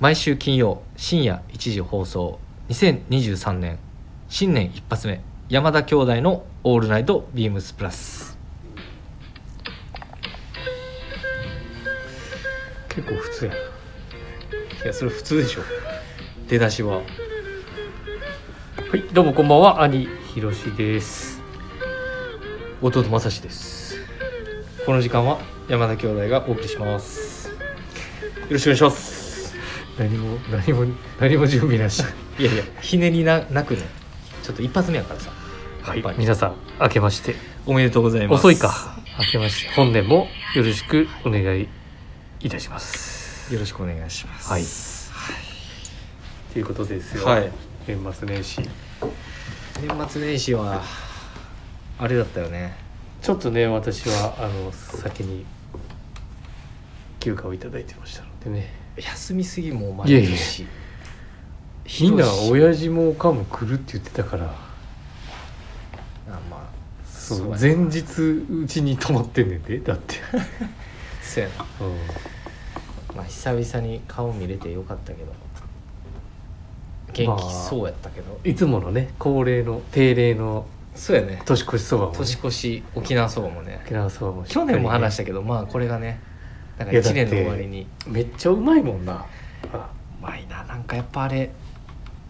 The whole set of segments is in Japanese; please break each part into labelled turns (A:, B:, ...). A: 毎週金曜深夜1時放送2023年新年一発目山田兄弟の「オールナイトビームスプラス
B: 結構普通やな」
A: いやそれ普通でしょ出だしは
B: はいどうもこんばんは兄ひろしです
A: 弟正志ですこの時間は山田兄弟がお送りしますよろしくお願いします
B: 何も何も何も準備なし
A: いやいやひねりななくねちょっと一発目やからさ
B: は
A: やっぱ
B: い
A: り
B: 皆さん明けまして
A: おめでとうございます
B: 遅いか明けまして本年もよろしくお願いいたします
A: よろしくお願いします
B: はいということですよ、
A: はい
B: 年末年始
A: 年末年始はあれだったよね
B: ちょっとね私はあの先に休暇をいただいてましたのでね
A: 休みすぎもお前
B: いやいや
A: し
B: みんな
A: 広し
B: 親父もおかも来るって言ってたから
A: あまあ
B: そう
A: そうやな
B: 前日うちに泊まってんねんでだ って、
A: そうやなまあ久々に顔見れてよかったけど元
B: まあ
A: 気そうやったけど、
B: いつものね恒例の定例の
A: そうやね
B: 年越しそばも、ね、
A: 年越し沖縄そばもね
B: 沖縄そばもしっか
A: 去
B: りね
A: 年も話したけどまあこれがねなんか
B: いやだ
A: 1
B: って
A: 年の終わりに
B: めっちゃうまいもんなあ
A: うまいななんかやっぱあれ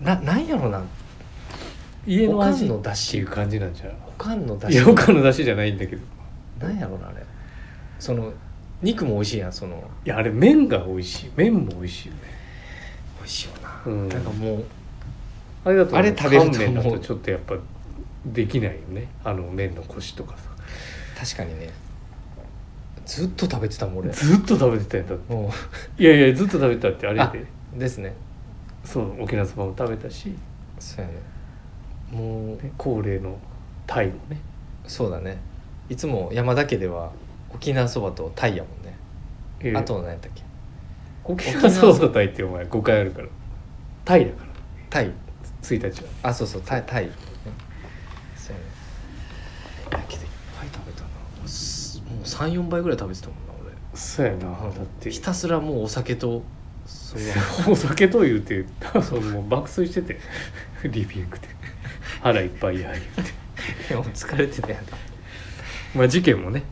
A: ななんやろな
B: 家の味
A: おかん
B: の
A: の
B: だ
A: 出
B: し
A: 汁
B: っていう感じなんじゃ
A: おかんのだ
B: い
A: し
B: やおかんのだしじゃないんだけど
A: なんやろなあれその肉も美味しいやんその
B: いやあれ麺が美味しい麺も美味しいよね
A: 美味しいよな、
B: うん
A: なんかもう
B: あれだと
A: あれ食べると
B: 乾麺だ
A: も
B: と
A: う
B: ちょっとやっぱできないよねあの麺のコシとかさ
A: 確かにねずっと食べてたもん俺
B: ずっと食べてたやんだって
A: も
B: いやいやずっと食べてたってあれやで
A: うですね
B: そう沖縄そばも食べたし、
A: そうやねもう
B: ね恒例のタイもね
A: そうだねいつも山田家では沖縄そばとタイやもんね、
B: えー
A: あと何やったっけ
B: 沖縄そばとタイってお前5回あるからタイだから
A: タイ
B: 1日は
A: あそうそうタイタイ、ね、そうやねいやけどいっぱい食べたなもうすもう34倍ぐらい食べてたもんな
B: そうやなだ
A: 俺
B: って
A: ひたすらもうお酒とその
B: お酒と言うて そのもう爆睡してて リビングで腹いっぱいや言うて
A: いやもう疲れてたやん
B: まあ事件もね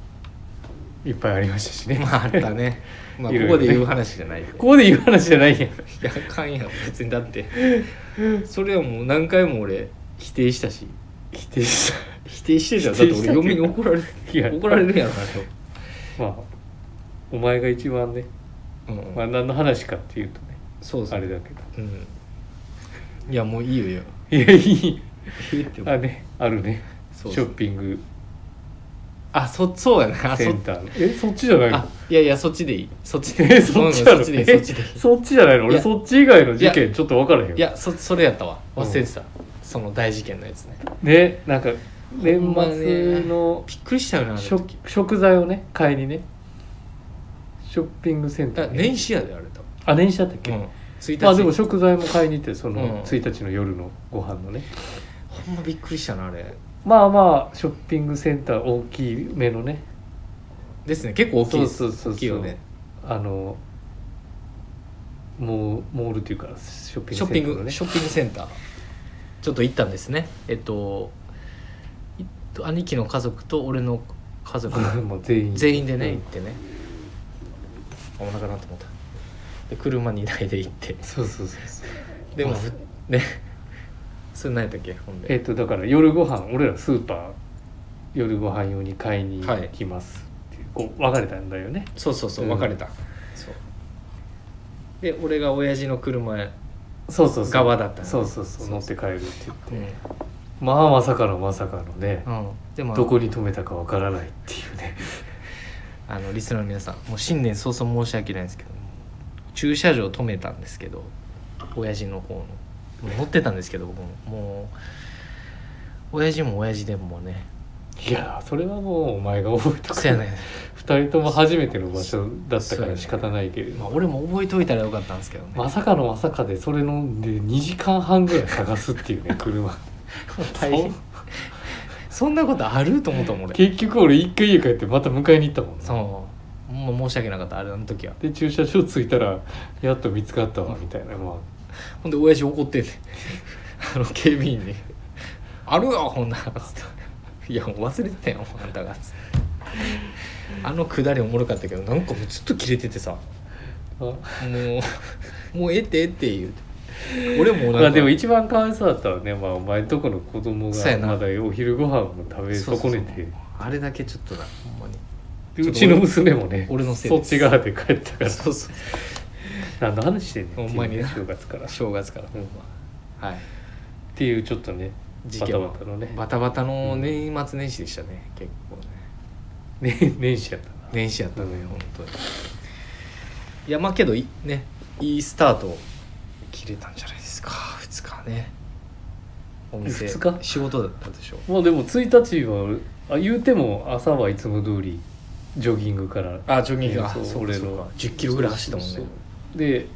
B: いっぱいありましたしね
A: まああったね、 まあ、
B: い
A: こ
B: ろいろ
A: こ
B: ね
A: で言う話じゃないよね
B: ここで言う話じゃないやん
A: いやあかんやん別にだって それはもう何回も俺否定したし
B: 否定し
A: 否定してたよ
B: 否
A: だって
B: 定し
A: 俺
B: た
A: 嫁に怒られ
B: いや
A: 怒られるやろあ
B: たまあお前が一番ね、
A: れを、うん
B: まあ、何の話かっていうとね
A: そうそ
B: あ
A: う
B: れだけ
A: うんいやもういいよいいよ
B: どいやいい
A: いいっても
B: あねあるね
A: そう
B: ショッピング
A: あそそうやねあそ
B: センターのえそっちじゃない
A: あ
B: の
A: いやいやそっちでいいそっちでい
B: え
A: い
B: そっち
A: ご
B: や
A: めんごめん そっち
B: ろ
A: でいいそっちでいい
B: えそっちじゃないの
A: い
B: 俺
A: や
B: そっち以外の事
A: い
B: 件ちょっと分からへんよ
A: いやそそれやったわ忘れてた、その大事件のやつね
B: ねなんか年
A: ほんまね
B: 末の
A: びっくりしたよなあの
B: 食
A: 時
B: 食材をね買いにねショッピングセンタ
A: あ
B: ーに
A: 年始やであれ多
B: あ年始だったっけ、
A: 分、うん、1日
B: あでも食材も買いに行ってその
A: うん
B: 1日の夜のご飯のね、
A: ほんまびっくりしたなあれ
B: まあまあショッピングセンター大きめのね
A: ですね結構大きいです
B: そうそうそうそう
A: 大きいよね
B: あのモーモールっていうかショッピン
A: ショ
B: グ
A: ッピ
B: センター
A: ン
B: の
A: グ
B: ね
A: ショッピングセンターちょっと行ったんですねえっとい兄貴の家族と俺の家族
B: もう全員
A: 全員でね
B: うん
A: 行ってねあお腹なと思ったで車2台で行って
B: そうそうそうそう
A: でも
B: あそう
A: ねそれ何やったっけほんで
B: えっとだから夜ご飯俺らスーパー夜ご飯用に買いに行きますっていう、こう分かれたんだよね
A: そうそうそう
B: うん
A: 別れた、そうで俺が親父の車へ
B: そうそうそう
A: 側だったね
B: そうそうそう
A: そ
B: 乗
A: う
B: っ
A: そ
B: て帰るって言って、
A: ね
B: まあまさかのまさかのね、
A: うんでも
B: どこに止めたかわからないっていうね
A: あのリスナーの皆さんもう新年早々申し訳ないんですけど駐車場止めたんですけど親父の方のもう乗ってたんですけど僕ももう親父も親父でもね
B: いやそれはもうお前が覚えとく
A: そやね、
B: 2人とも初めての場所だったか
A: そうや
B: ら
A: ね
B: 仕方な いけれど、
A: まあ、俺も覚えといたらよかったんですけどね、
B: まさかのまさかでそれ飲んで2時間半ぐらい探すって いうね車
A: 大変 そんなことあると思ったもん俺
B: 結局俺一回家帰ってまた迎えに行ったもんな
A: そうもほんま申し訳なかったあれあの時は
B: で駐車場着いたらやっと見つかったわみたいなま
A: ほんで親父怒ってんねん あの警備員に「 あるよこんなん」つ って「いやもう忘れてたよあんたが」つってあのくだりおもろかったけどなんかもうずっとキレててさ
B: ああ
A: もう もうええってええって言うて俺もなん
B: ま
A: か
B: あでも一番かわいそうだったわね、まあ、お前んとこの子供
A: そうや
B: が
A: な
B: まだお昼ご飯も食べ
A: そうそ
B: 損
A: うそう
B: ねて
A: あれだけちょっとなほんまに
B: でうちの娘もね
A: 俺のせい
B: そ
A: で
B: っ
A: す
B: ち側で帰ったから
A: そうそう
B: 何の話してんねん
A: ほんまにな
B: 正月からっ
A: 正月からほんまはい
B: ていうちょっとね
A: 事
B: バ
A: 件
B: タ
A: は
B: バタのね
A: バタバタの年末年始でしたね、結構ね
B: ね年始やったな
A: 年始やったのよ、
B: うん
A: 本当にいやまあけどいねいいスタートを切れたんじゃないですか2日ねお店
B: 二日
A: 仕事だったでしょ
B: まあでも1日はあ言うても朝はいつも通りジョギングから
A: あジョギングが
B: そう
A: そう
B: 俺
A: かそ
B: の
A: うか10キロぐらい走ったもんね
B: そうそうそうで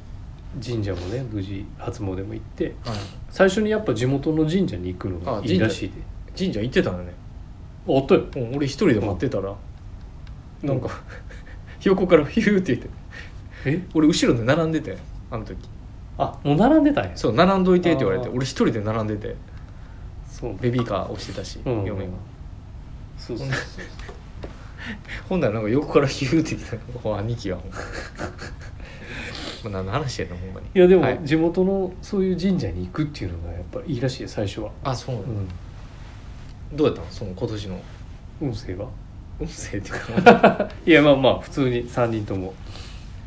B: 神社もね無事初詣も行って
A: はい
B: 最初にやっぱ地元の神社に行くの
A: あ
B: がい
A: 神
B: い
A: 社
B: らしいで
A: 神社行ってたのね
B: あったよ
A: もう俺一人で待ってたらなんか 横からヒューって言って
B: え
A: 俺後ろで並んでてあの時
B: あもう並んでたんや
A: そう並んどいてって言われて
B: あー
A: 俺一人で並んでて
B: そう
A: ベビーカー押してたし、
B: うん
A: 嫁が
B: そうそうそう
A: ほんならなんか横からヒューってきたお兄貴 がほんまもう何の話してんのほんまに
B: いやで
A: は
B: も地元のそういう神社に行くっていうのがやっぱいいらしいよ最初は
A: あそうな
B: う
A: の、
B: ん
A: どうやったのその今年の
B: 運勢は
A: 運勢っていうか
B: いやまあまあ普通に3人とも、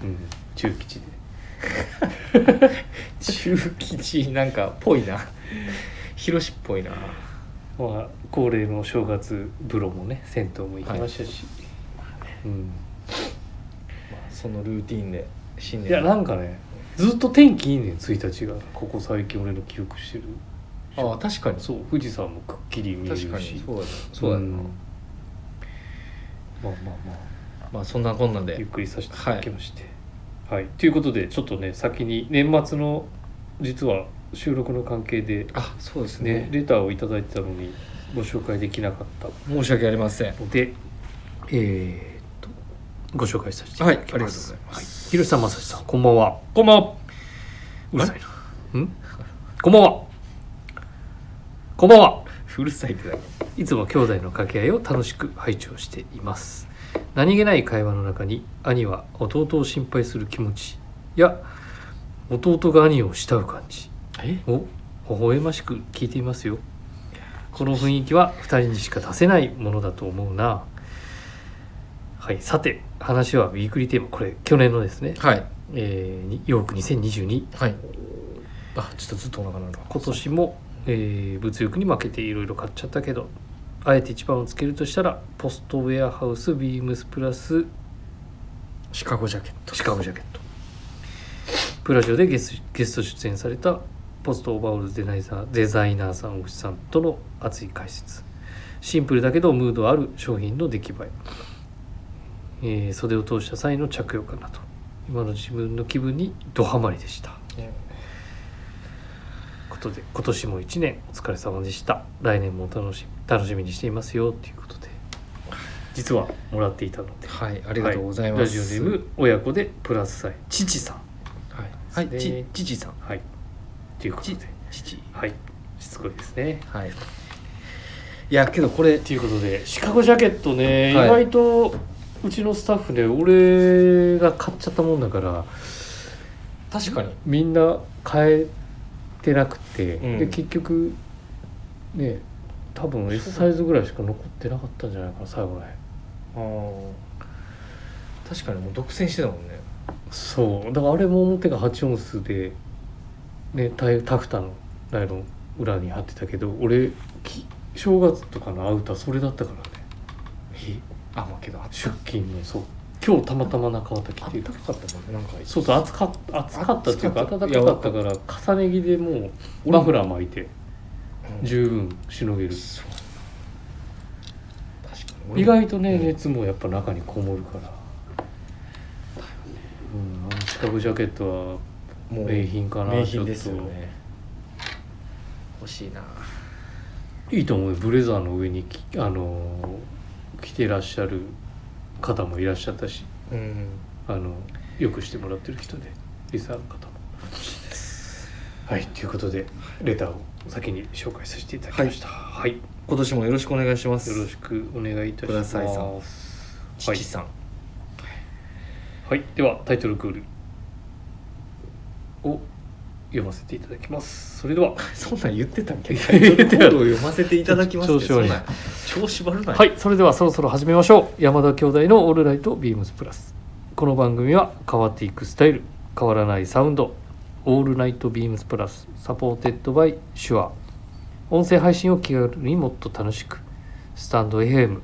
B: うん、中吉で
A: 中吉なんかぽいな広しっぽいな
B: まあ、恒例の正月風呂もね銭湯も行きましたし、うん、
A: まあ、そのルーティンで新
B: い
A: 年
B: やなんかねずっと天気いいねん1日がここ最近俺の記憶してる
A: あ確かに
B: そう富士山もくっきり見えるし
A: 確かにそうだそうだな、
B: んまあまあまあ
A: まあそんなこんなん
B: ゆ
A: で
B: っくりさせていただきましてはい、ということでちょっとね先に年末の実は収録の関係で、
A: あそうです
B: ね
A: ね、
B: レターを頂いただいてたのにご紹介できなかった
A: 申し訳ありません
B: で、えーっとご紹介させていた
A: はい
B: だ
A: ありが
B: き
A: とうござい
B: ま。
A: ますす
B: はい、広瀬さん、まさしさん、こんばんは。
A: こんばんは
B: うるさいな。ん？こんばんは。こんばんは。
A: うるさいってだけ
B: いつも兄弟の掛け合いを楽しく拝聴しています。何気ない会話の中に兄は弟を心配する気持ちや弟が兄を慕う感じ
A: え
B: を微笑ましく聞いていますよ。この雰囲気は2人にしか出せないものだと思うな。はい、さて話はウィークリーテーマこれ去年のですね、
A: はい
B: えーにヨーク2022
A: はいあちょっとずっとお腹鳴るわ
B: 今年も、えー物欲に負けていろいろ買っちゃったけどあえて一番をつけるとしたらポストウェアハウスビームスプラス
A: シカゴジャケット
B: シカゴジャケットプラジオでゲスゲスト出演されたポストオーバーオールデザイナーデザイナーさんおしさんとの熱い解説シンプルだけどムードある商品の出来栄ええー袖を通した際の着用かなと今の自分の気分にドハマりでしたことで今年も1年お疲れ様でした来年もお楽しみ楽しみにしていますよということで実はもらっていたので
A: はいあ
B: あ
A: りがとうございます、
B: ラジオネーム親子でプラスさえ父さん
A: はい、はい、
B: ですね
A: ち父さん
B: はいということ
A: ち
B: で
A: 父
B: はいしつこいですね
A: はいいやけどこれ
B: ということでシカゴジャケットね、
A: はい
B: 意外とうちのスタッフで俺が買っちゃったもんだから
A: 確かに
B: みんな変えてなくて、
A: うん
B: で結局ね多分 S サイズぐらいしか残ってなかったんじゃないかな最後らへん
A: 確かにもう独占してたもんね
B: そうだからあれも表が8オンスで、ね、タイタフタのナイロン裏に貼ってたけど俺き正月とかのアウターそれだったからね
A: えあまあけどあっ
B: 出勤のそう今日たまたま中綿着
A: あってた
B: る
A: かかったもんねなんか
B: そうそう暑かった暑かったっていうか
A: 暑か
B: 暖
A: った
B: かかったから重ね着でもうマフラー巻いて
A: うん
B: 十分しのげる
A: そう確かに
B: 意外とね
A: うん
B: 熱もやっぱ中にこもるから、うん、あの四角ジャケットは
A: もう
B: 名品かな
A: 名品ですよ
B: ちょっ
A: ね欲しいない
B: いと思うよブレザーの上にきあのー着てらっしゃる方もいらっしゃったし
A: うん
B: あのよくしてもらってる人でリサの方もはいということでレターを先に紹介させていただきましたはい、
A: 今年もよろしくお願いします
B: よろしくお願いいたします
A: くださいさん
B: はい
A: 父さん
B: はい、ではタイトルクールを読ませていただきますそれでは
A: そんなん言ってたんけ
B: 言ってたよ
A: コールを読ませていただきますって
B: 調子悪い
A: そんなん調子悪ない、
B: はい、それではそろそろ始めましょう山田兄弟の「オールライトビームスプラス」この番組は変わっていくスタイル変わらないサウンド「オールナイトビームスプラス」サポーテッドバイシュア音声配信を気軽にもっと楽しくスタンド FM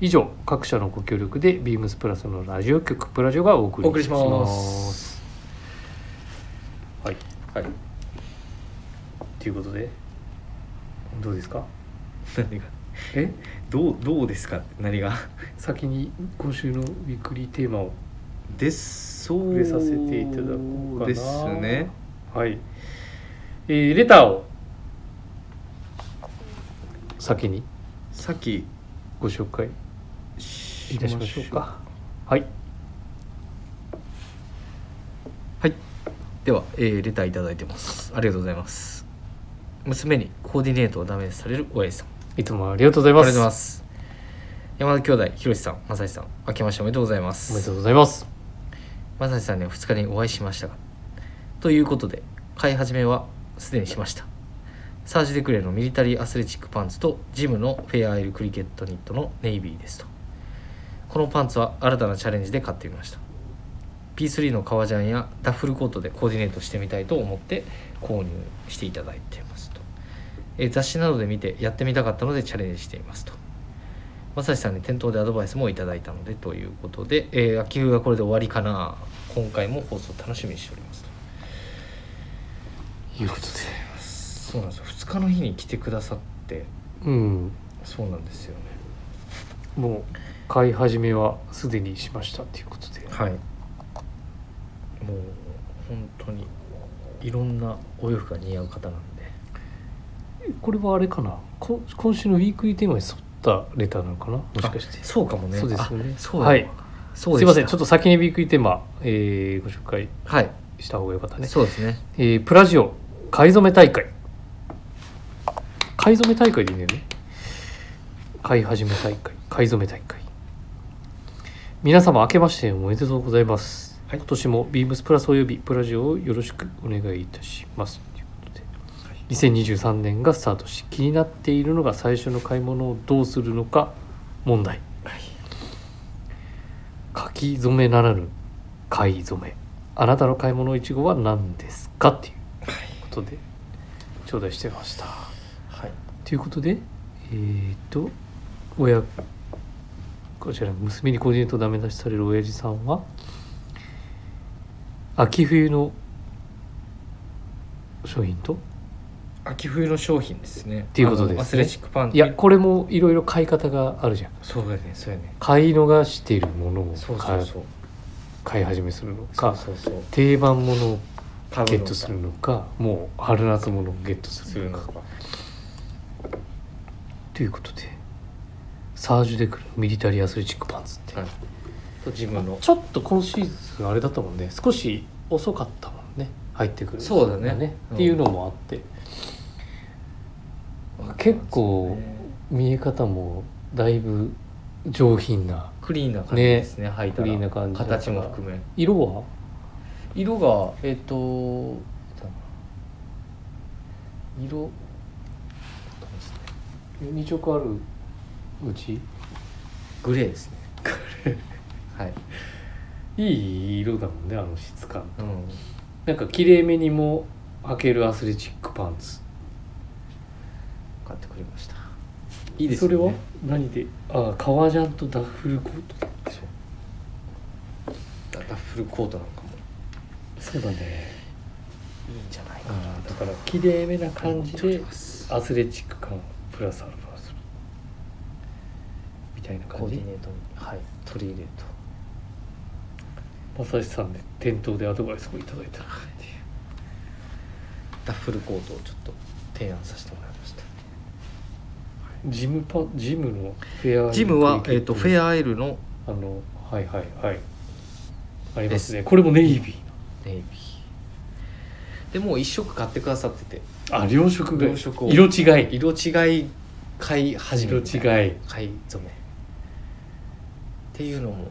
B: 以上各社のご協力でビームスプラスのラジオ局プラジオがお送
A: お送り
B: りし
A: し
B: ます
A: ます
B: はい
A: はい、
B: ということでどうですか
A: 何が
B: え
A: どうどうですか何が
B: 先に今週のウィークリーテーマを
A: ですそ
B: 触
A: う
B: れさせていただこうかな
A: ですね
B: はい、えーレターを先に
A: さっき
B: ご紹介い
A: い
B: たしましょうかはい
A: では、えーレターいただいてますありがとうございます娘にコーディネートをダメージされる親父さんあ
B: いつもありがとうござい
A: りがと
B: ま
A: うご
B: す
A: ざいます山田兄弟ひろしさんまさしさん明けましておめでとうございま
B: おめですとうございます
A: まさしさんには2日にお会いしましたがということで買い始めはすでにしましたサージ・デクレのミリタリーアスレチックパンツとジムのフェアアイルクリケットニットのネイビーですとこのパンツは新たなチャレンジで買ってみました P3 の革ジャンやダッフルコートでコーディネートしてみたいと思って購入していただいていますとえー雑誌などで見てやってみたかったのでチャレンジしていますとまさしさんに店頭でアドバイスもいただいたのでということで、えー秋冬はこれで終わりかな今回も放送楽しみにしておりますと
B: いうことで
A: そうなんですよ2日の日に来てくださって
B: うん
A: そうなんですよね
B: もう買い始めはすでにしましたということで
A: はいもう本当にいろんなお洋服が似合う方なんで
B: これはあれかなこ今週のウィークリーテーマに沿ったレターなのかなもしかして
A: あそうかもね
B: そうですよね
A: あそうだ
B: はい
A: そう
B: すいませんちょ
A: っ
B: っと先にウィークリーテーマ、えーご紹介
A: とはい
B: した方がよかったね
A: そうですね
B: えープラジオ買い初め大会買い初め大会でいいんだよね買い始め大会買い初め大会皆様明けましておめでとうございます、
A: はい
B: 今年もビームスプラスおよびプラジオをよろしくお願いいたしますということで2023年がスタートし気になっているのが最初の買い物をどうするのか問題、書き初めならぬ買い初めあなたの買い物いちごは何ですかっていうことで頂戴してました
A: はい
B: ということでえー、っと親こちら娘にコーディネートダメ出しされる親父さんは秋冬の商品と
A: 秋冬の商品ですねって
B: いうことですね
A: アスレチックパンツ
B: いやこれもいろいろ買い方があるじゃん
A: そうやねそうやね
B: 買い逃しているものを
A: そうそ
B: 買
A: う
B: い
A: そう
B: 買い始めするの
A: そ
B: か
A: うそうそう
B: 定番ものを
A: 買うの
B: ゲットするのかもう春夏ものをゲットす
A: す
B: る
A: る
B: の
A: の
B: か
A: か
B: ということでサージュ・デクルミリタリーアスレチックパンツって、
A: はいと自分の
B: ちょっと今シーズンあれだったもんね少し遅かったもんね入ってくる
A: そうだねうん
B: っていうのもあって、結構見え方もだいぶ上品な
A: クリーンな感じですね履いたら
B: クリーンな感じだから
A: 形も含め
B: 色は
A: 色がえっ、と色
B: 2色あるうち
A: グレーですねグレーはい、
B: いい色だもんねあの質感
A: うん、
B: なんか綺麗めにも履けるアスレチックパンツ
A: 買ってくれましたいいです
B: そ
A: よね
B: れは何でああ革ジャンとダッフルコート
A: そうダダッフルコートなんかも
B: そうだね
A: いいんじゃないかな
B: ああだから綺麗めな感じ
A: 思ってお
B: で
A: ります
B: アスレチック感をプラスアルファするみたいな
A: コ
B: 感
A: ーデ
B: じ
A: ィネートに、はい、取り入れると
B: まさしさんで店頭でアドバイスをいただいたっていう
A: ダッフルコートをちょっと提案させてもらいました
B: ジムパジムのフェア
A: ジムは、えー、とフェ
B: ア
A: アアイルの
B: あのはいはいはいありますねこれもネイビ
A: ネイビーでもう一色買ってくださってて
B: ーあ両色が
A: 両色を
B: 色違い
A: 色違い買い始め
B: 色
A: みたいな
B: 違い
A: 買い初めっていうのも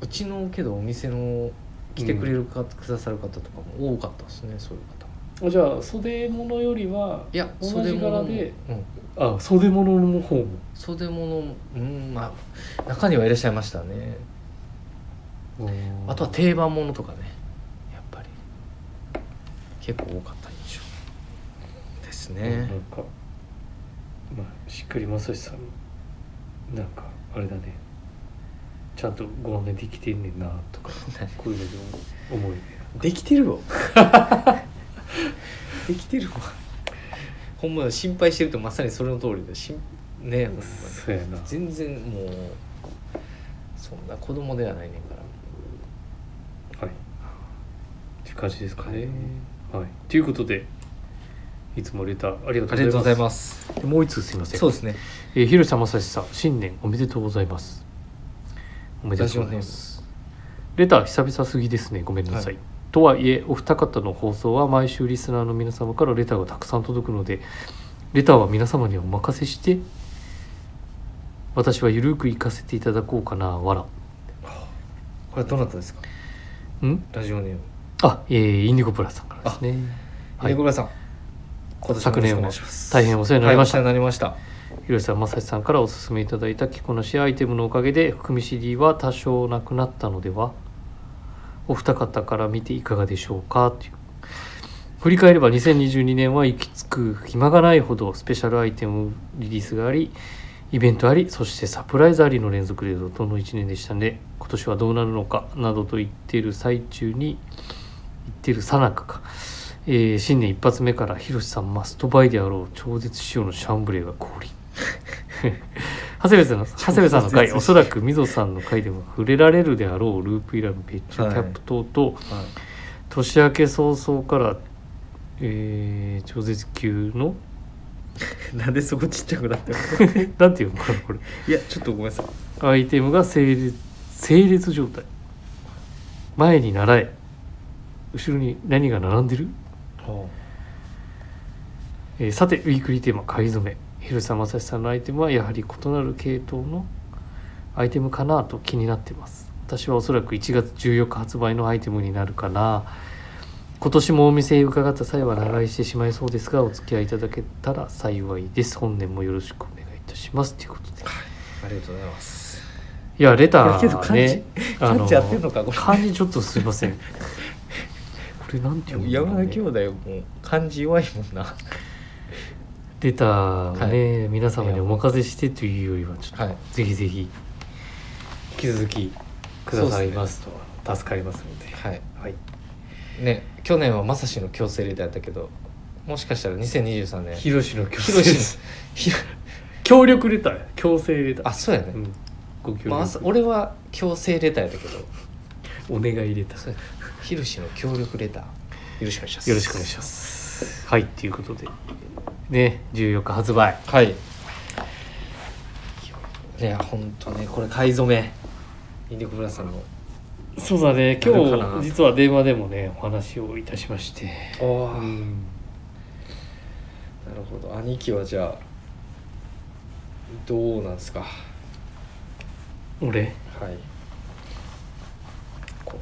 A: うちのけどお店の来てくれるか、くださる方とかも多かったですねそういう方
B: あじゃあ袖物よりはい
A: や
B: 同じ
A: 袖物
B: 柄
A: も
B: で
A: うん、
B: あ袖物の方も
A: 袖物もうんまあ中にはいらっしゃいましたねあとは定番ものとかねやっぱり結構多かった印象です
B: なん
A: ね、
B: かまあしっかり正志さんなんかあれだねちゃんとご案内できてんねんなとかこういうので思うね
A: できて るわできてるわほんま心配してるとまさにそれの通りでしんねほんまに
B: そうやな
A: 全然もうそんな子供ではないねんから
B: はい。っていう感じですかね。はい。ということで、いつもレターありがとうございます。
A: す
B: す。もう一つすみません。
A: そうですね
B: えー、広瀬正史さん、新年おめでとうございます。おめでとうございます。レター久々すぎですね。ごめんなさい。
A: はい
B: とはいえ、お二方の放送は毎週リスナーの皆様からレターがたくさん届くので、レターは皆様にお任せして、私はゆるく行かせていただこうかな、わら。
A: これはどなたですか
B: ん
A: ラジオネーム
B: あ、えー、インディゴプラスさんからですね。はい
A: 稲倉さん今年も
B: 昨
A: よろしく
B: 年
A: お願
B: も
A: いします
B: 大変お世話になりまし
A: はいお世話
B: た
A: になりました
B: 広瀬さん正史さんからおすすめいただいた着こなしアイテムのおかげで含み CD は多少なくなったのではお二方から見ていかがでしょうかという振り返れば2022年は行き着く暇がないほどスペシャルアイテムリリースがありイベントありそしてサプライズありの連続で怒涛の1年でしたので今年はどうなるのかなどと言っている最中に言ってる最中か、えー新年一発目から広瀬さんマストバイであろう超絶仕様のシャンブレーが降臨 長谷部さんの長谷部さん
A: 超絶
B: の
A: 仕
B: 回
A: 様
B: おそらく溝さんの回でも触れられるであろうループイラのピッチュキャップ等々、
A: はい
B: 年明け早々から、えー、超絶級の
A: なんでそこちっちゃくなってる
B: なんていうのかなこれ
A: いやちょっとごめんなさい
B: アイテムが整列整列状態前に習え後ろに何が並んでる、えーさてウィークリーテーマ「買い初め」広瀬正史さんのアイテムはやはり異なる系統のアイテムかなと気になってます私はおそらく1月14日発売のアイテムになるかな今年もお店へ伺った際は長居してしまいそうですがお付き合いいただけたら幸いです本年もよろしくお願いいたしますということで
A: ありがとうございます
B: いやレタ
A: いやけど
B: ー
A: 漢字
B: ね
A: 漢字合ってんのかこれ
B: 漢字ちょっとすいませんこれなんていう
A: 山田兄
B: ね、
A: 弟もう漢字弱いもんな
B: レターをね、皆様にお任せしてというよりはちょっと、
A: はい
B: ぜひぜひ引き続きくださいますと助かりますので、
A: はい
B: はい、
A: ね去年はまさしの強制レターやったけどもしかしたら2023年
B: ひろしの強
A: ひろ
B: 制
A: しひろ
B: 協力レターや強制レター
A: あそうやね、
B: うんご協力、
A: まあ朝、俺は強制レターやったけど
B: お願いレター
A: そうやねひろしの協力レターよろしくお願いします
B: よろしくお願いしますはいということでね14日発売
A: はいいや本当ねこれ買い初めインディコブラさんの
B: そうだね
A: 今日実
B: は電話でもねお話をいたしまして
A: あ
B: うん
A: なるほど兄貴はじゃあどうなんですかは
B: 俺
A: いこ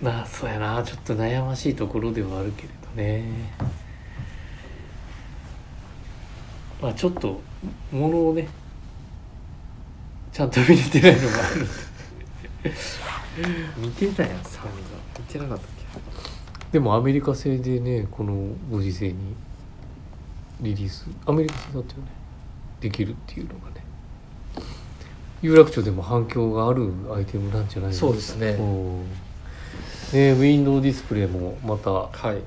B: まあそうやなちょっと悩ましいところではあるけれどねまあちょっとものをねちゃんと見れてないのもあるんで
A: う見てたやんサンが見てなかったっ
B: でもアメリカ製でねこのご時世にリリースアメリカ製だったよねできるっていうのがね有楽町でも反響があるアイテムなんじゃない
A: け
B: の
A: そうですね
B: うんねウィンドウディスプレイもまた
A: はい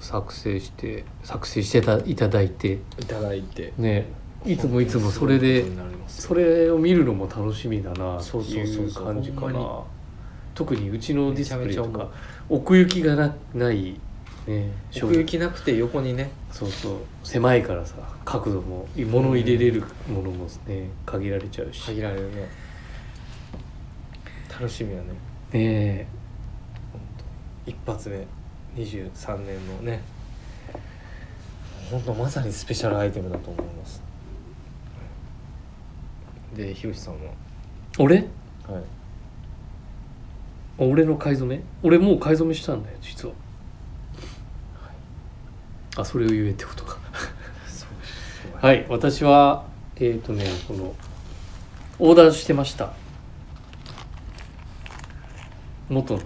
B: 作成して作成してたいただいて
A: いただいて
B: ねいつもいつもそれでそ
A: それ
B: れを見るのも楽しみだなって
A: そうそ
B: いう
A: そう
B: う
A: そう
B: 感じか
A: ほんまに
B: な特にうちのディスプレ
A: め
B: イと
A: ちゃめちゃ思
B: か
A: う
B: 奥行きがなないね
A: 奥行きなくて横にね
B: そうそう狭いからさ角度も物を入れれるものもね限られちゃうし、
A: 限られるね楽しみやね
B: え
A: 本当一発目23年のね本当まさにスペシャルアイテムだと思いますでひろしさんは
B: 俺
A: はい
B: 俺の買い初め俺もう買い初めしたんだよ実は、あそれを言えってことか
A: そう
B: はい私はえっ、とねこのオーダーしてました元の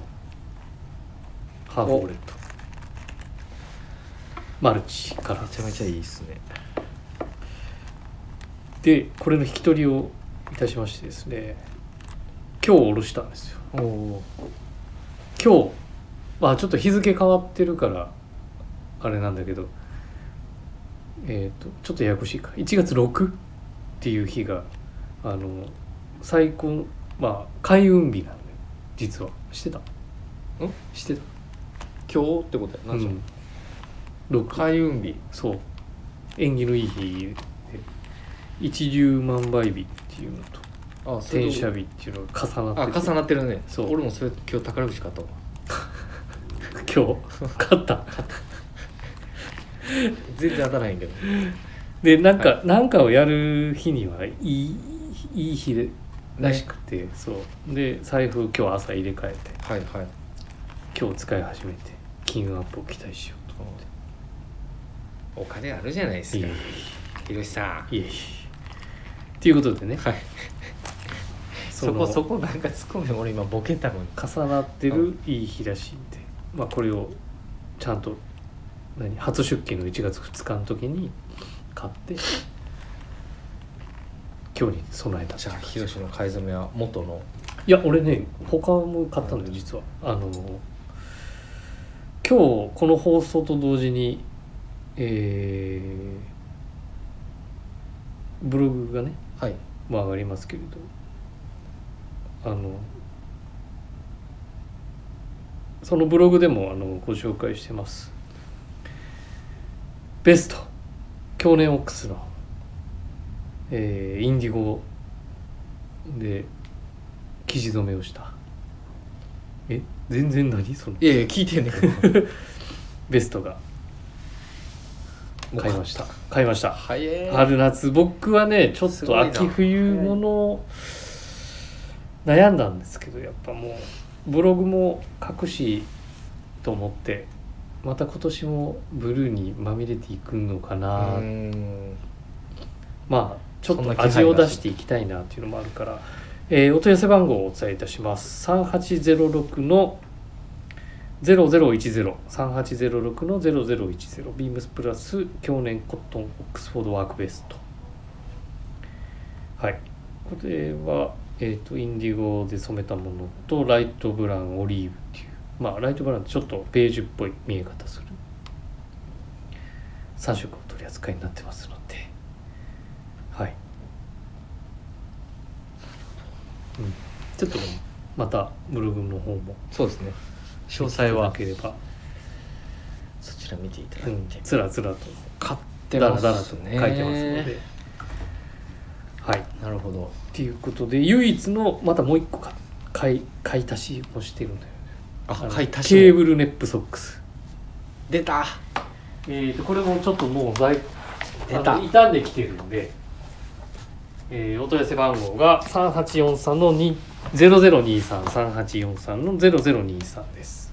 B: ハーフオーレットマルチから
A: めちゃめちゃいいっすね
B: でこれの引き取りをいたしましてですね今日おろしたんですよ
A: おお
B: 今日まあちょっと日付変わってるからあれなんだけどえっ、とちょっとややこしいか1月6っていう日があの最高まあ開運日なのよ実はしてたんしてた
A: 今日ってことやな、
B: うん、6
A: 開運日
B: そう縁起のいい日で一粒万倍日っていうのと
A: あ
B: 転写日っていうのが重な
A: あ
B: ってて
A: 重なってるね
B: そう
A: 俺もそれ今日宝くじ買ったわ
B: 今日勝った
A: 全然当たらへんけど
B: でなんか、
A: は
B: なんかをやる日にはいいいい日でらしくて、そうで財布今日朝入れ替えて
A: はいはい
B: 今日使い始めて金運アップを期待しようと思って
A: お金あるじゃないです
B: い
A: か
B: えい
A: ひろしさん
B: えいえいえっていうことでね、
A: はいそ
B: の
A: こそこなんか突っ込んで俺今ボケたのに
B: 重なってるいい日らしいんで、まあ、これをちゃんと何初出勤の1月2日の時に買って今日に備えた
A: じゃあひろしの買い初めは元の
B: いや俺ね他も買ったんだよ実はあの今日この放送と同時にえーブログがね
A: はい
B: まあ上がりますけれどあのそのブログでもあのご紹介してますベスト去年オックスの、えーインディゴで生地染めをしたえ全然何その
A: いやいや聞いてんねんけど
B: ベストが買いました買いました
A: 早え
B: 春夏僕はねちょっ
A: す
B: と
A: ごいな
B: 秋冬もの悩んだんですけどやっぱもうブログも書くしと思ってまた今年もブルーにまみれていくのか
A: う
B: な、
A: ーん
B: まあちょっ
A: そんな気
B: と
A: 配が
B: 味を出していきたいなっていうのもあるから、えーお問い合わせ番号をお伝えいたします3806の00103806の0010ビームスプラス去年コットンオックスフォードワークベストはいこれは、えー、とインディゴで染めたものとライトブラウンオリーブっていうまあライトブラウンってちょっとベージュっぽい見え方する3色を取り扱いになってますのではい、うん、ちょっとまたブログの方も
A: そうですね詳
B: 見てい
A: 細
B: ただ
A: は
B: ければ、
A: そちら見ていただ
B: う
A: い
B: ん
A: て、、
B: つらつらと
A: 買って
B: だら
A: ま
B: だらと
A: す
B: 書い
A: ね
B: てますのではい
A: なるほど
B: っていうことで唯一のまたもう一個か買い買い足しもしてるんだよねあ
A: あ
B: の
A: 買い足し
B: ケー
A: も
B: ブルネップソックス
A: 出た
B: えー、とこれもちょっともう在
A: 出た
B: あの傷んできてるんで、えーお問い合わせ番号が3843の2 00233843の0023です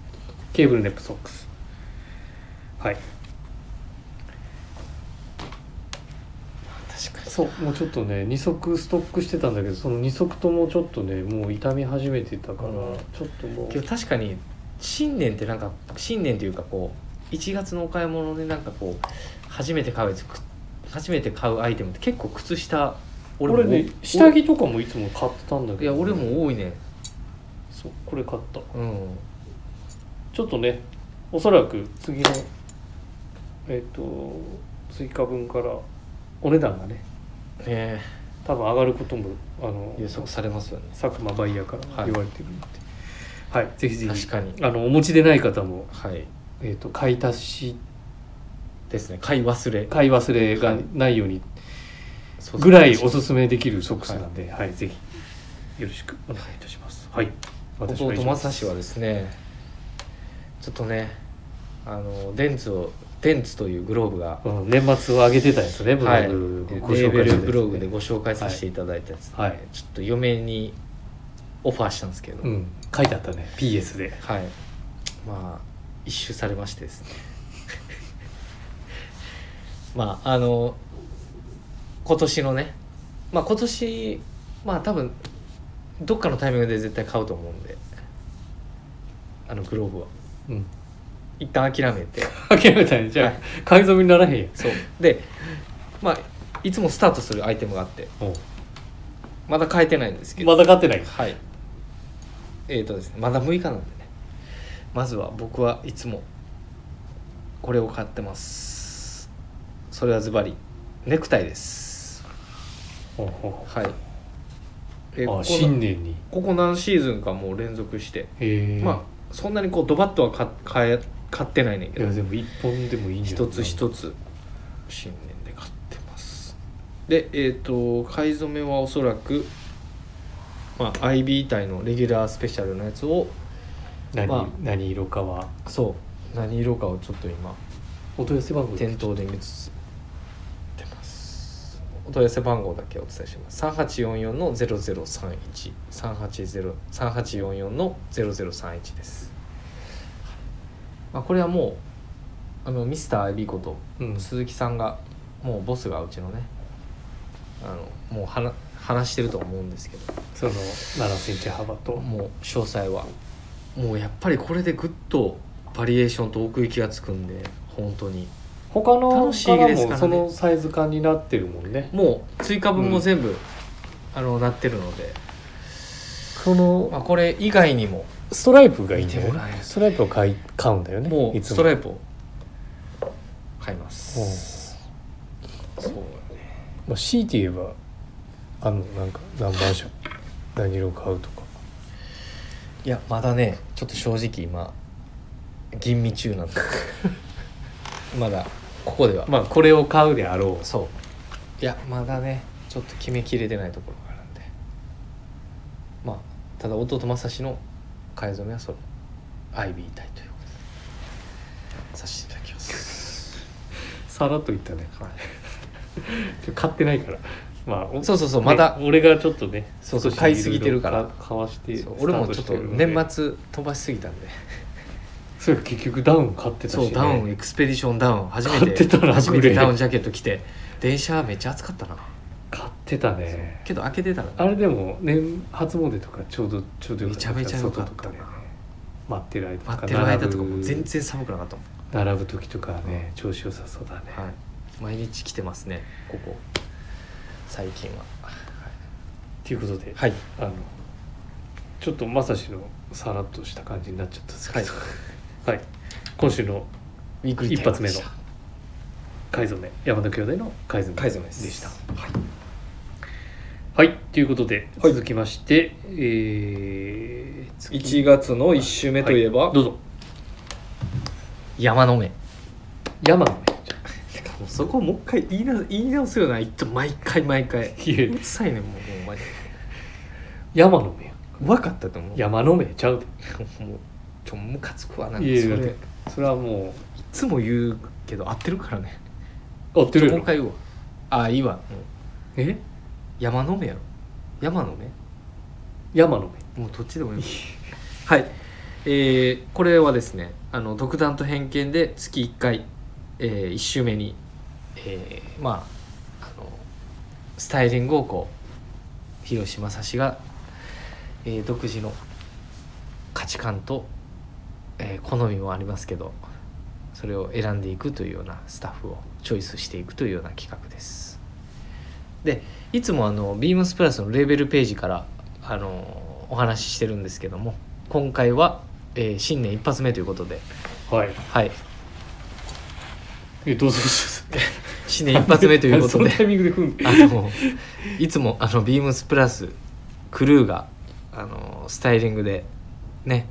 B: ケーブルネップソックスはい
A: 確かに
B: そうもうちょっとね2足ストックしてたんだけどその2足ともちょっとねもう痛み始めてたから、
A: うん
B: ちょっとも
A: けど
B: う
A: 確かに新年ってなんか新年というかこう1月のお買い物でなんかこう初めて買うやつく初めて買うアイテムって結構靴下
B: こ
A: 俺も
B: れね下着とかもいつも買ってたんだけど、
A: いや俺も多いね
B: そうこれ買った
A: うん
B: ちょっとねおそらく次のえっ、と追加分からお値段がね
A: え
B: 多分上がることもあの
A: え予測されますよね
B: 佐久間バイヤーから
A: はい
B: 言われてるので、はいぜひぜ
A: 確
B: ひ
A: かに
B: あのお持ちでない方も、
A: はい
B: えー、と買い足し
A: ですね買い忘れ
B: 買い忘れがないように
A: そうそう
B: ぐらいおすすめできるソックスなんで、はいぜひよろしくお願いいたします。はい私は以
A: 弟
B: 上です
A: 正志はですねちょっとねあの電ンツを電ンツというグローブが、
B: うん年末は上げてたやつねブロ
A: はい、レ
B: グをご
A: ー
B: 紹
A: ベル
B: 介してたやつね
A: ブログでご紹介させていただいたやつで、
B: はいはい
A: ちょっと嫁にオファーしたんですけど、
B: うん書いてあったね PS で
A: はいまあ一周されましてですね まああの今年のねまあ今年まあ多分どっかのタイミングで絶対買うと思うんであのグローブは
B: うん
A: 一旦諦めて
B: 諦めたねじゃあ、
A: はい
B: 買い初めにならへんや
A: そうでまあいつもスタートするアイテムがあって
B: おう
A: まだ変えてないんですけど
B: まだ買ってない
A: はいえーとですねまだ6日なんでねまずは僕はいつもこれを買ってますそれはズバリネクタイです
B: ほうほ
A: はいえ
B: う
A: ーこ
B: あ
A: こ
B: 新年に
A: ここ何シーズンかもう連続して、
B: へえ
A: まあそんなにこうドバッとは買買え買ってないねんけ
B: い
A: ど
B: やでも一本でもいいんじゃな
A: 一つ
B: い
A: 一つ新年で買ってますでえっ、と買い初めはおそらく、まあ、IB 体のレギュラースペシャルのやつを
B: 何,、
A: まあ
B: 何色かは
A: そう何色かをちょっと今
B: お問い合わせ番号
A: 店頭で見つつ出ますお問い合わせ番号だけお伝えします3844の00313840 3844の0031です、まあ、これはもうあのミスターアイビーこと
B: うん
A: 鈴木さんがもうボスがうちのねあのもうはな話してると思うんですけど
B: その7センチ幅と
A: もう詳細はもうやっぱりこれでぐっとバリエーションと奥行きがつくんで本当に
B: 他の
A: 楽しいですからね
B: 柄もそのサイズ感になってるもんね
A: もう追加分も全部、あのなってるので、
B: こ
A: まあ、
B: の
A: これ以外にも
B: ストライプがいいんだよ
A: 見てもらえ
B: ね
A: る
B: ストライプを買い買うんだよね
A: もう
B: いつ
A: ス
B: も
A: トライプを買いますそうだね
B: まあ、強いて言えばあのなんか何番色何色買うとか
A: いやまだねちょっと正直今吟味中なんで まだここでは
B: まあこれを買うであろう
A: そういやまだねちょっと決めきれてないところがあるんでまあただ弟正志の買い初めはその IB 隊ということでさせていただきます、
B: さらっと言ったね
A: はい、
B: 買ってないからまあ
A: そう
B: う
A: そうそうまだ、
B: 俺がちょっとね
A: そうそう
B: 少し
A: 買いすぎてるから
B: 色々買わして
A: そう俺もちょっと年
B: 末
A: 末飛ばしすぎたんで
B: それ結局ダウン買ってたし、
A: そ
B: ね、
A: うダウンエクスペディションダウン初め
B: 買って
A: て
B: たな
A: 初め
B: こ
A: て
B: れ
A: ダウンジャケット着て電車めっちゃ暑かったな
B: 買ってたね
A: けど開けてたら
B: あれでも年初詣とかちょうどちょうどよかった
A: めちゃめちゃ良かった
B: 外とでね待ってる間とか
A: 待ってる間とかも
B: 並
A: 全
B: ぶ
A: 然寒くなかったもん、
B: 並ぶ時とかはね調子良さそうだね、
A: はい、毎日来てますねここ最近は
B: ということで、
A: はい
B: あのちょっとまさしのさらっとした感じになっちゃったんですけど、 はい、今週の
A: ウィークリー
B: 一発目の
A: テーマでし
B: 改造め山田兄弟の改造
A: た改造です
B: でした。
A: はい、
B: はいということで、
A: はい
B: 続きまして、えー、次
A: 1月の1週目といえば、
B: はどうぞ
A: 山の目
B: 山の
A: そこもう一回言いな言い直すような毎回毎回
B: 目いうえ
A: るさいねもうもうお前
B: 山の目や
A: 分かったと思う
B: 山の目ちゃうで
A: もうちょムカつくわなんかそ
B: いやいや
A: れい
B: それはも
A: つも言うけど合ってるからね
B: う合ってる
A: ちょ
B: や
A: もう
B: ろ
A: 一回言うわあいいわもう
B: え
A: 山の目やろ山の目
B: 山の
A: もうどっちでもいい はいえーこれはですねあの独断と偏見で月1回、え1週目に、えーまああのスタイリングをこう広島正志が、えー独自の価値観と、えー好みもありますけどそれを選んでいくというようなスタッフをチョイスしていくというような企画です。でいつもあのビームスプラスのレーベルページからあのお話ししてるんですけども今回は、えー新年一発目ということで、
B: 目はい
A: はい、
B: えどうぞどうぞ
A: 新年一発目ということで
B: そのタイミングで踏んで
A: あのいつもあのビームスプラスクルーがあのスタイリングでね、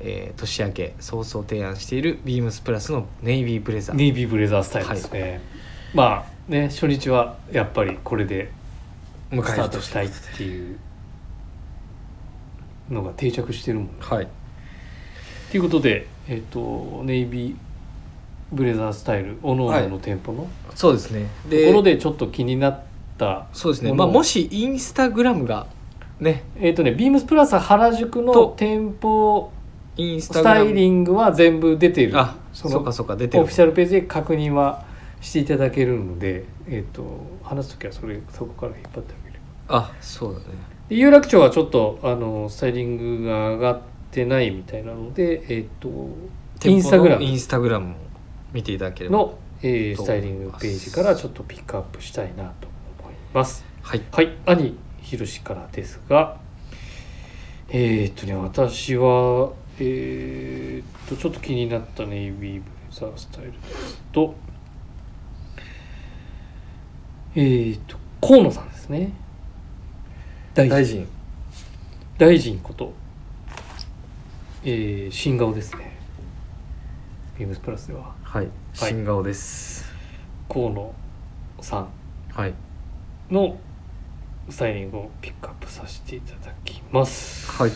A: えー年明け早々提案しているビームスプラスのネイビーブレザー、
B: ネイビーブレザースタイルですね、まあね初日はやっぱりこれで
A: 迎え
B: スタートしたいっていうのが定着してるもん
A: はい
B: ということで、えっとネイビーブレザースタイルおのおのの店舗の
A: そうですね
B: ところでちょっと気になった
A: そうですね
B: も
A: ま
B: の
A: あもしインスタグラムがね
B: えっ、とねビームスプラス原宿の
A: と
B: 店舗
A: インスタ
B: ス
A: グ
B: タ
A: ラ
B: イ
A: ム
B: リングは全部出ている
A: あ
B: そ
A: そ
B: の
A: うかそうか出てる
B: オフィシャルページで確認はしていただけるので、えっと話す時はそれそこから引っ張ってあげる
A: あそうだね
B: で有楽町はちょっとあのスタイリングが上がってないみたいなので、えっとインスタグラム
A: インスタグラムを見ていただければ
B: の、えースタイリングページからちょっとピックアップしたいなと思います。
A: はい
B: はい、兄ひろしからですが、えーっとね、私は、えーっと、ちょっと気になったネイビーブレザースタイルですと、えーっと、河野さんですね。大臣。
A: 臣
B: 大臣こと、えー新顔ですね。ビームスプラスでは。
A: はい新顔です
B: 河野さん
A: はい
B: のスタイリングをピックアップさせていただきます。
A: はい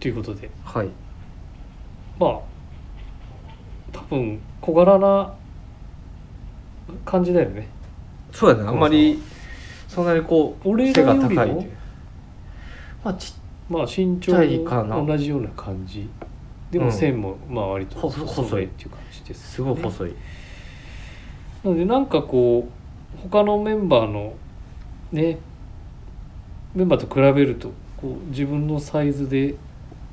B: ということで
A: はい
B: まあ多分小柄な感じだよね
A: そうだねあんまりそんなにこう
B: 俺
A: 背が
B: らより
A: 高い
B: も
A: というまあち
B: まあ身長
A: ちっちゃいかな
B: も同じような感じで
A: う
B: も
A: ん
B: 線もまあ割と
A: ほ細い
B: 細いっていう感じです
A: すごい細い
B: なのでなんかこう他のメンバーのねメンバーと比べるとこう自分のサイズで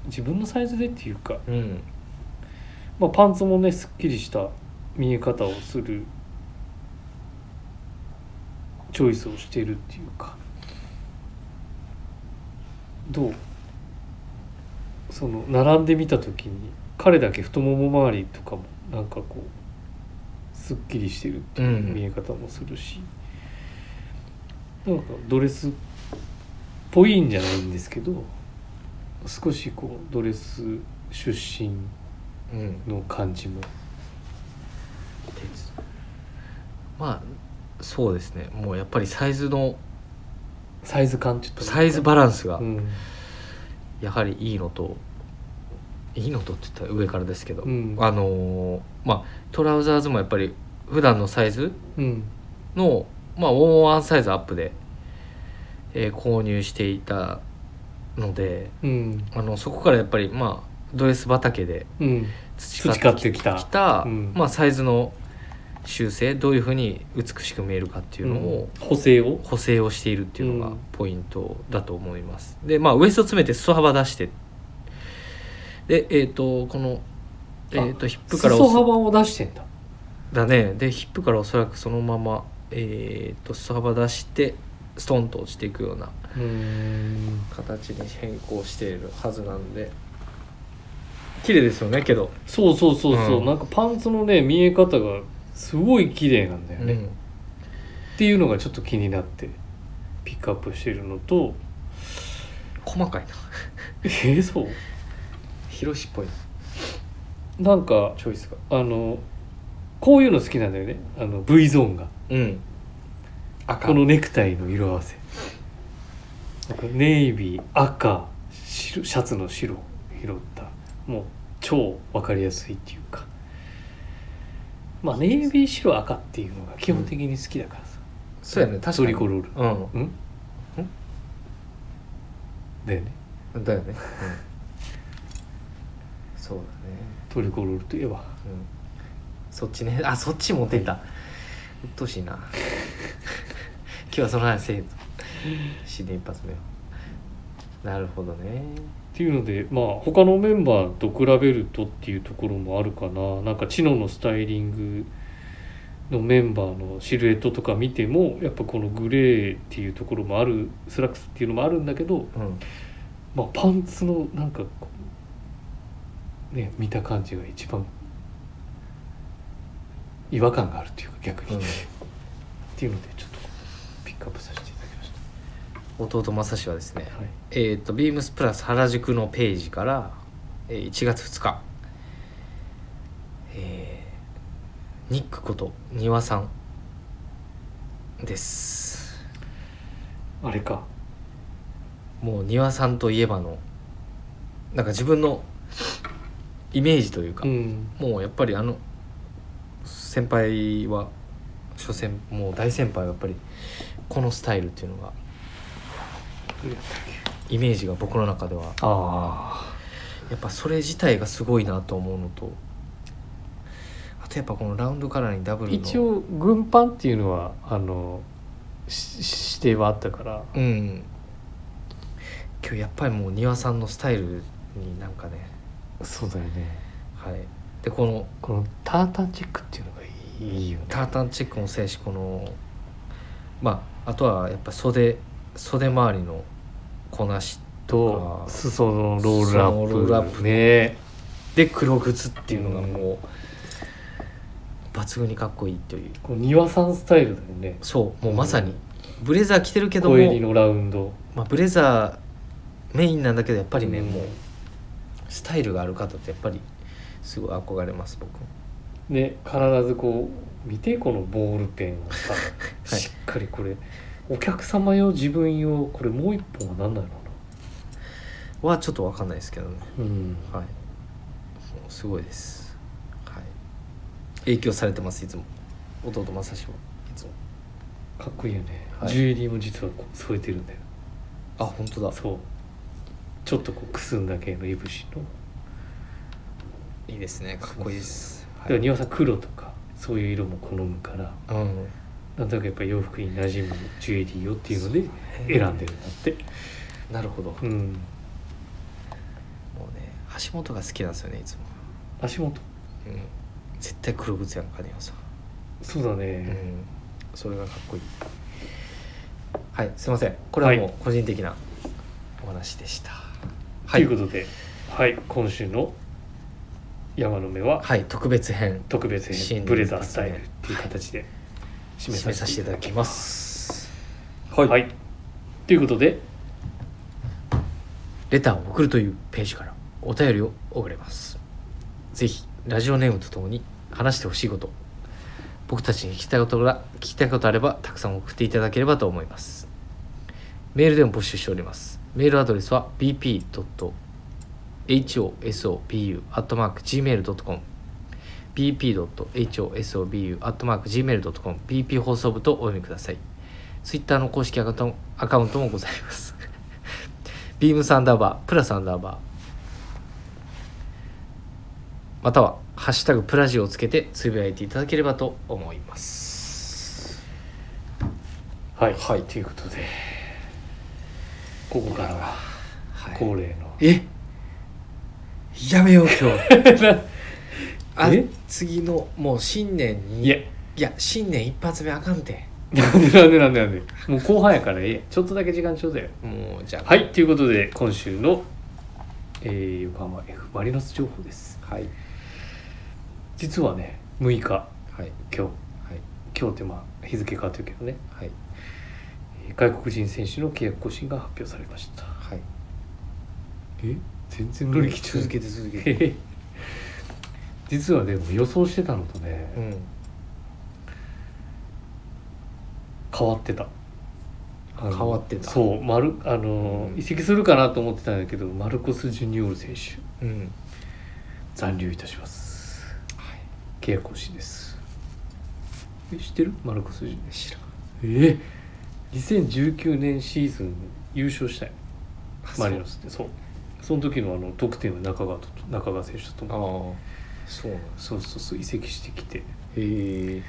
B: 自分のサイズでっていうか
A: うん
B: まあ、パンツもねすっきりした見え方をするチョイスをしているっていうかどうその並んでみた時に彼だけ太もも周りとかもなんかこうすっきりしてるっていう
A: うん
B: 見え方もするし、なんかドレスっぽいんじゃないんですけど少しこうドレス出身
A: うん
B: の感じも
A: 鉄まあそうですねもうやっぱりサイズの
B: サイズ感ちょっと
A: サイズバランスが
B: うん、
A: やはりいいのといいのとって言ったら上からですけど、
B: うん
A: あのーまあトラウザーズもやっぱり普段のサイズ
B: うん、
A: の、まあ、ワンサイズアップで、えー購入していたので
B: うん、
A: あのそこからやっぱりまあドレス畑で
B: うん、
A: 培ってき
B: 培って
A: た
B: きたうん
A: まあ、サイズの修正どういうふうに美しく見えるかっていうのを、
B: うん補正を、
A: 補正をしているっていうの
B: う
A: が
B: ん
A: ポイントだと思います、でまあウエスト詰めて裾幅出してでえっ、とこのえー、とヒップからお
B: 裾幅を出してんだ。
A: だねでヒップからおそらくそのままえっ、と裾幅出してストンと落ちていくような
B: うん、
A: 形に変更しているはずなんで綺麗ですよねけど、
B: そうそうそうそう、
A: うん
B: なんかパンツのね見え方がすごい綺麗なんだよね、
A: うん
B: っていうのがちょっと気になってピックアップしてるのと、
A: 細かいな
B: えー、そう、
A: 広しっぽい
B: なんか
A: チョイスが
B: あのこういうの好きなんだよね、あの V ゾーンが。
A: うん赤
B: このネクタイの色合わせなんかネイビー赤白シャツの白を拾ったもう超分かりやすいっていうかまあネイビー白赤っていうのが基本的に好きだからさ、
A: そうやね確か
B: ト
A: に
B: リコロール
A: うん
B: うんだよね
A: だよね、そうだね、
B: トリコロールといえば
A: うん、そっちね あそっち持ってったうっとうしいな今日はその話せえと死で一発目はなるほどね
B: っていうのでまあ他のメンバーと比べるとっていうところもあるかななんか知能のスタイリングのメンバーのシルエットとか見てもやっぱこのグレーっていうところもあるスラックスっていうのもあるんだけど、
A: うん
B: まあ、パンツのなんかこうね見た感じが一番違和感があるっていうか逆に、
A: うん
B: っていうのでちょっとピックアップさせていただきまし
A: 弟正志はですね
B: た。はい
A: えっ、とビームスプラス原宿のページから、えー1月2日えー、ニックこと庭さんです
B: あれか
A: もう庭さんといえばのなんか自分のイメージというか、
B: うん
A: もうやっぱりあの先輩は初先もう大先輩はやっぱりこのスタイルっていうのがイメージが僕の中では
B: あ
A: やっぱそれ自体がすごいなと思うのとあとやっぱこのラウンドカラーにダブ
B: あ
A: ルの
B: 一応軍パンっていうのはあのしし指定はあったから
A: うん今日やっぱりもう丹羽さんのスタイルになんかね
B: そうだよね
A: はいでこの
B: このタータンチェックっていうのがいいよね
A: タータンチェックもせやしこのまああとはやっぱ袖袖周りのこなし
B: と
A: あー
B: 裾のロールアップ
A: 裾のロールアップ
B: ね
A: で黒靴っていうのがもう抜群にかっこいいという
B: こう庭さんスタイルだよね
A: そうもうまさにブレザー着てるけども
B: 小襟のラウンド
A: まあ、ブレザーメインなんだけどやっぱりね、
B: うん
A: もうスタイルがある方ってやっぱりすごい憧れます僕も
B: ね必ずこう見てこのボールペンを さ、しっかりこれお客様用自分用これもう一本は何なのか
A: はちょっと分かんないですけどね
B: なうん
A: はいもうすごいですはい影響されてますいつも弟正志はいつも
B: かっこいいよね、
A: はい
B: ジュエリーも実はこう添えてるんだよ
A: あ本当だ
B: そうちょっとこうくすんだ系のいぶしの、
A: いいですねかっこいいです
B: だから庭さん黒とかそういう色も好むから
A: はい、うん
B: なんとなくやっぱ洋服に馴染むジュエリーをっていうので選んでるんだって
A: なるほど、
B: う
A: も
B: ん
A: うね足元が好きなんですよねいつも、
B: 足元
A: うん、絶対黒靴やんかねよさ
B: そうだ
A: う
B: ね、
A: ん、それがかっこいい。はい、すいません。これはもう個人的なお話でした。は
B: ということではい今週の山の目は
A: はい、特別編
B: 特別
A: 新
B: 編
A: 年
B: ブレザースタイルっていう形で
A: 締め
B: 締め
A: さ
B: さ
A: せ
B: せ
A: ていた
B: ていた
A: だ
B: だ
A: き
B: き
A: ま
B: ま
A: す。
B: す。は、
A: はい
B: ということで
A: レターを送るというページからお便りを送れます。ぜひラジオネームとともに話してほしいこと、僕たちに聞きたいことが聞きたいことあればたくさん送っていただければと思います。メールでも募集しております。メールアドレスは bp.hosobu.gmail.com bp.hosobu.gmail.com bp 放送部とお読みください。ツイッターの公式アカウントもアカウントもございます。ビームサンダーバー、プラサンダーバー。または、ハッシュタグプラジをつけてつぶやいていただければと思います。
B: はい、ということでここからは
A: はい
B: 恒例の
A: えやめよう今日 あ
B: え
A: 次のもう新年に
B: いや
A: いや新年一発目あかんて
B: なんでなんでなんでなんでもう後半やからええやちょっとだけ時間ちょうだよ
A: もうじゃあ
B: はいということで今週の、えー横浜 F ・マリノス情報です
A: はい
B: 実はね6日
A: はいは
B: 今日
A: い
B: 今日ってまあ日付変わってるけどね
A: はい
B: えー外国人選手の契約更新が発表されました
A: はい
B: え全然乗
A: 続
B: り切っ
A: け
B: てな
A: て
B: い
A: 続けて
B: 実はでも予想してたのと
A: う
B: ね
A: ん
B: 変わってたあの
A: 変わってた
B: そうマルあの、
A: うん
B: 移籍するかなと思ってたんだけどマルコス・ジュニオール選手
A: うん
B: 残留いたします
A: は
B: 契約更新ですえ知ってるマルコス・ジュニ
A: い知らん
B: オールえ2019年シーズン優勝したいマリノスってそうその時のあの得点は中川と中川選手と
A: ああ
B: も
A: そうなんです
B: そうそうそう移籍してきて
A: へえ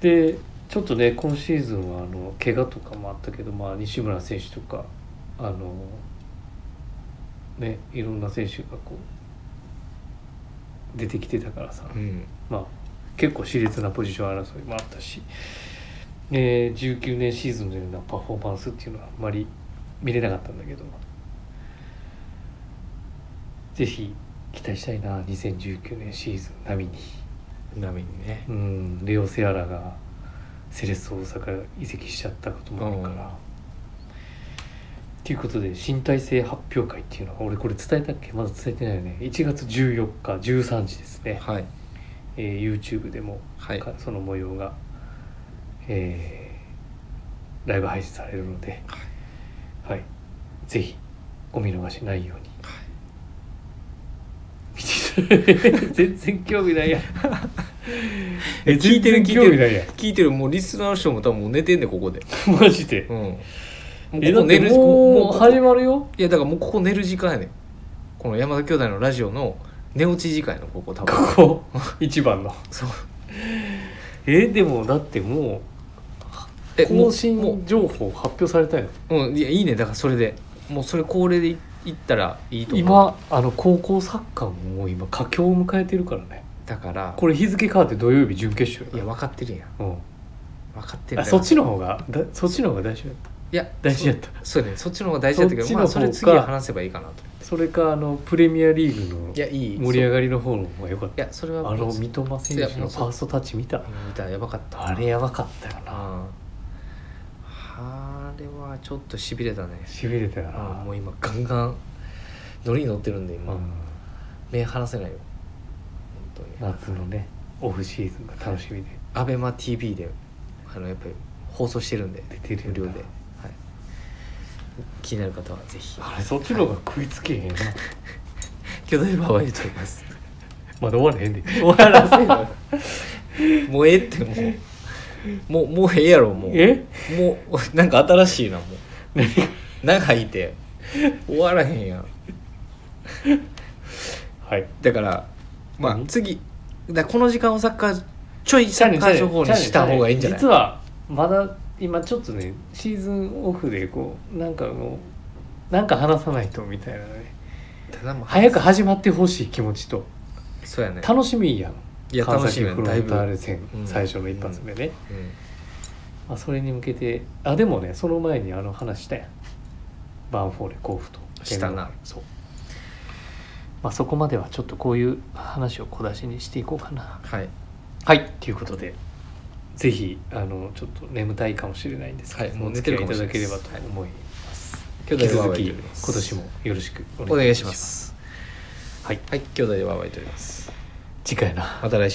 B: でちょっとね今シーズンはあの怪我とかもあったけど、まあ、西村選手とかあのねいろんな選手がこう出てきてたからさ、
A: うん
B: まあ、結構熾烈なポジション争いもあったし、えー19年シーズンのようなパフォーマンスっていうのはあんまり見れなかったんだけどぜひ期待したいな2019年シーズン並みに。
A: 波にね
B: うん、レオ・セアラがセレッソ大阪移籍しちゃったこともあるから。
A: う
B: と
A: ん、
B: いうことで身体性発表会っていうのは俺これ伝えたっけまだ伝えてないよね1月14日13時ですね、
A: はい
B: えー YouTube でも
A: はい
B: かその模様が、えーライブ配信されるので、はいぜひお見逃しないように
A: は
B: 見ていただいて 全然興味ないやん
A: え聞いてる
B: 全然興味ないやん
A: 聞いてるもうリスナーの人も多分もう寝てんでここで
B: マジで
A: うんもう
B: え
A: こ
B: だ
A: こ
B: って
A: 寝る
B: もう
A: ここ
B: 始まるよ
A: いやだからもうここ寝る時間やねんこの山田兄弟のラジオの寝落ち時間やのここ多分
B: ここ一番の
A: そう
B: えでもだってもう
A: えも
B: 更
A: うも
B: 新情報発表されたよ
A: ううんいやいいねだからそれでもうそれ恒例でいいったらいいと思う
B: 今あの高校サッカーももう今佳境を迎えてるからね
A: だから
B: これ日付変わって土曜日準決勝
A: いや
B: や
A: 分かってるやん
B: うん、
A: 分かってる
B: あそっちの方がだそっちの方が大事だった
A: いや
B: 大事やった
A: そうねそっちの方が大事だったけど
B: そっちの
A: まあ
B: 方
A: そ
B: が
A: れ次は話せばいいかなと
B: それかあのプレミアリーグの
A: いやいい
B: 盛り上
A: が
B: がりの方の方が良かっ
A: いやそれ
B: た
A: は
B: あの
A: 見
B: 三笘選
A: い
B: 手
A: やも
B: の
A: う
B: フ
A: そう
B: ァーストタッチ見た
A: たらやばかった
B: あれやばかったよな
A: ああれはちょっとしびれたね
B: しびれたよな
A: あーもう今ガンガン乗りに乗ってるんで今、
B: うん
A: 目離せないよ本当に
B: 夏のねオフシーズンが楽しみで
A: アベマ t v であのやっぱり放送してるんで
B: 出てるん
A: 無
B: だ
A: 料で、はい、気になる方はぜひ
B: あれそっちの方が食いつけへ んな
A: 巨大バーは言うとります
B: まだ終われへんで
A: 終わらせろよもうええってもうもうもうええやろもう
B: え
A: もうなんか新しいなもう長いて終わらへんやん
B: はい
A: だからまあ
B: 何
A: 次だからこの時間をサッカーちょいサッカー情報にした方がいいんじゃない
B: 実はまだ今ちょっとねシーズンオフでこうなんかもうなんか話さないとみたいなね
A: ただもう
B: 早く始まってほしい気持ちと
A: そうやね
B: 楽しみやん
A: いや
B: 川
A: 楽し
B: 崎
A: みや
B: フ
A: ね
B: ロ
A: だい
B: ン
A: ぶ
B: ターレ戦、
A: うん
B: 最初の一発目ね、
A: うん
B: まあ、それに向けてあでもねその前にあの話したやんバンフォーレ甲府と
A: したな
B: そう、まあ、そこまではちょっとこういう話を小出しにしていこうかな
A: はい
B: はいということでぜひあのちょっと眠たいかもしれないんですけど、
A: はい
B: も
A: も
B: う
A: う
B: 寝
A: 寝
B: て
A: てる
B: いた
A: かもしれ
B: だ
A: ないで
B: けれ
A: す
B: ばと思います、
A: 兄
B: 引き
A: 弟は
B: 続
A: 湧いて
B: き
A: おり
B: 今
A: ます
B: 年もよろしくお
A: お
B: 願
A: 願
B: い
A: い